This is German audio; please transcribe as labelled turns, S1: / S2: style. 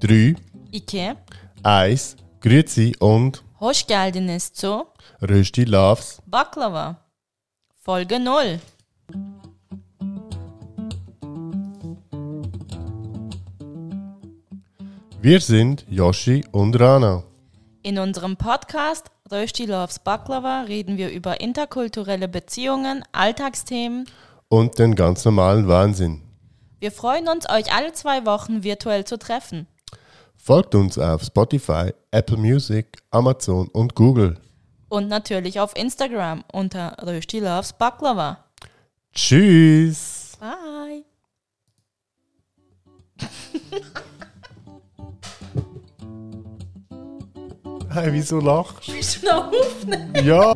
S1: 3,
S2: Ike,
S1: 1, Grüezi und
S2: hoş geldiniz zu
S1: Rösti Loves.
S2: Baklava. Folge 0.
S1: Wir sind Yoshi und Rana.
S2: In unserem Podcast Rösti Loves Baklava reden wir über interkulturelle Beziehungen, Alltagsthemen.
S1: Und den ganz normalen Wahnsinn.
S2: Wir freuen uns, euch alle zwei Wochen virtuell zu treffen.
S1: Folgt uns auf Spotify, Apple Music, Amazon und Google.
S2: Und natürlich auf Instagram unter Rösti Loves Baklava.
S1: Tschüss!
S2: Bye!
S1: Hey, wieso lachst
S2: Bist du noch auf?
S1: du? Ja!